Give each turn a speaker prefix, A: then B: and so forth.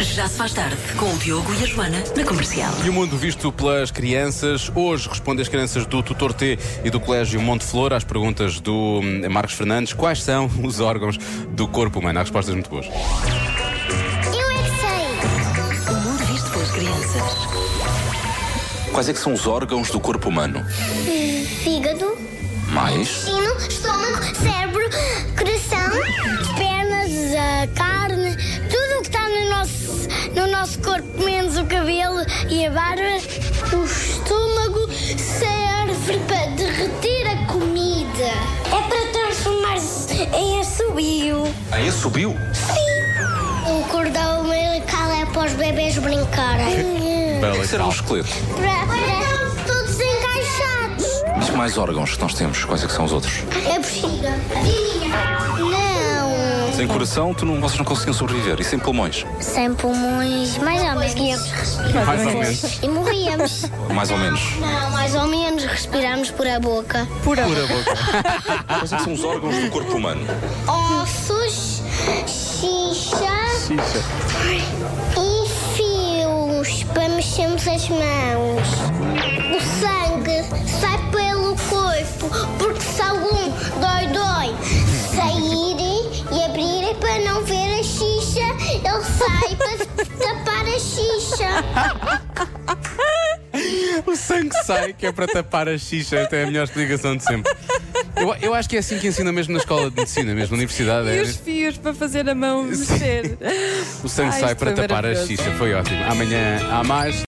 A: Já se faz tarde com o Diogo e a Joana na comercial.
B: E o mundo visto pelas crianças. Hoje responde as crianças do Tutor T e do Colégio Monte Flor às perguntas do hum, Marcos Fernandes. Quais são os órgãos do corpo humano? Há respostas muito boas.
C: Eu é que sei.
A: O mundo visto pelas crianças.
D: Quais é que são os órgãos do corpo humano?
C: Fígado,
D: Mais?
C: intestino, estômago, cérebro, coração, pernas, a carne, tudo o que está no nosso, no nosso corpo, menos o cabelo e a barba. O estômago serve para derreter a comida. É para transformar-se em assobio.
D: Aí Ah, subiu?
C: O cordão umbilical é para os bebês brincarem.
D: Tem que ser um esqueleto.
C: para, para... todos encaixados.
D: Mas que mais órgãos que nós temos? Quais é que são os outros?
C: É bexiga. Não.
D: Sem coração, tu não, vocês não conseguiam sobreviver. E sem pulmões?
C: Sem pulmões, mais ou menos.
B: Mais ou menos.
C: E morríamos.
D: Mais ou menos.
C: Não, mais ou menos respirámos por a boca.
D: Quais é que são os órgãos do corpo humano?
C: Ossos, xixa e fios para mexermos as mãos. O sangue sai pelo corpo, porque se algum dói, dói. Saírem e abrirem para não ver a xixa, ele sai para tapar a xixa.
B: O sangue sai, que é para tapar a xixa. Até é a melhor explicação de sempre. Eu, eu acho que é assim que ensina mesmo na escola de medicina, mesmo na universidade.
E: E
B: é-
E: os fios para fazer a mão mexer.
B: O sangue
E: Ai,
B: sai
E: isto
B: para
E: foi
B: tapar a
E: maravilhoso.
B: xixa. Foi ótimo. Amanhã há mais.